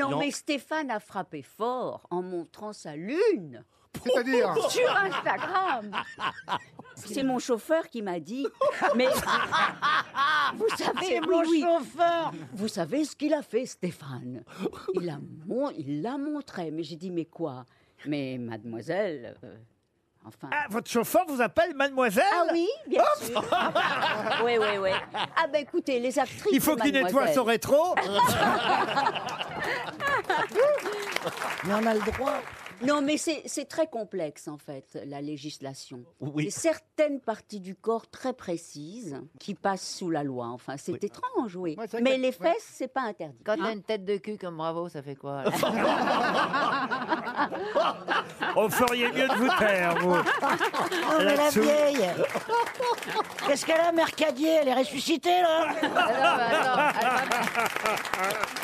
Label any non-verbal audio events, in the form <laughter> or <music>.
Non, Non. mais Stéphane a frappé fort en montrant sa lune C'est-à-dire <laughs> sur Instagram. C'est mon chauffeur qui m'a <laughs> dit. Mais vous savez, oui, oui. chauffeur vous savez ce qu'il a fait, Stéphane Il a mon- il l'a montré. Mais j'ai dit mais quoi Mais mademoiselle, euh, enfin. Ah, votre chauffeur vous appelle mademoiselle Ah oui, bien sûr. <laughs> Oui, oui, oui. Ah ben écoutez, les actrices. Il faut qu'il nettoie mademoiselle. son rétro. <laughs> Mais on a le droit. Non, mais c'est c'est très complexe, en fait, la législation. Oui. Et certaines parties du corps très précises qui passent sous la loi. Enfin, c'est étrange, oui. Ouais, c'est vrai mais que- les ouais. fesses, c'est pas interdit. Quand on a une tête de cul comme bravo, ça fait quoi On feriez mieux de vous taire, vous. Oh, mais la Là-dessous. vieille Qu'est-ce qu'elle a, Mercadier Elle est ressuscitée, là Ah non, bah, attends, attends.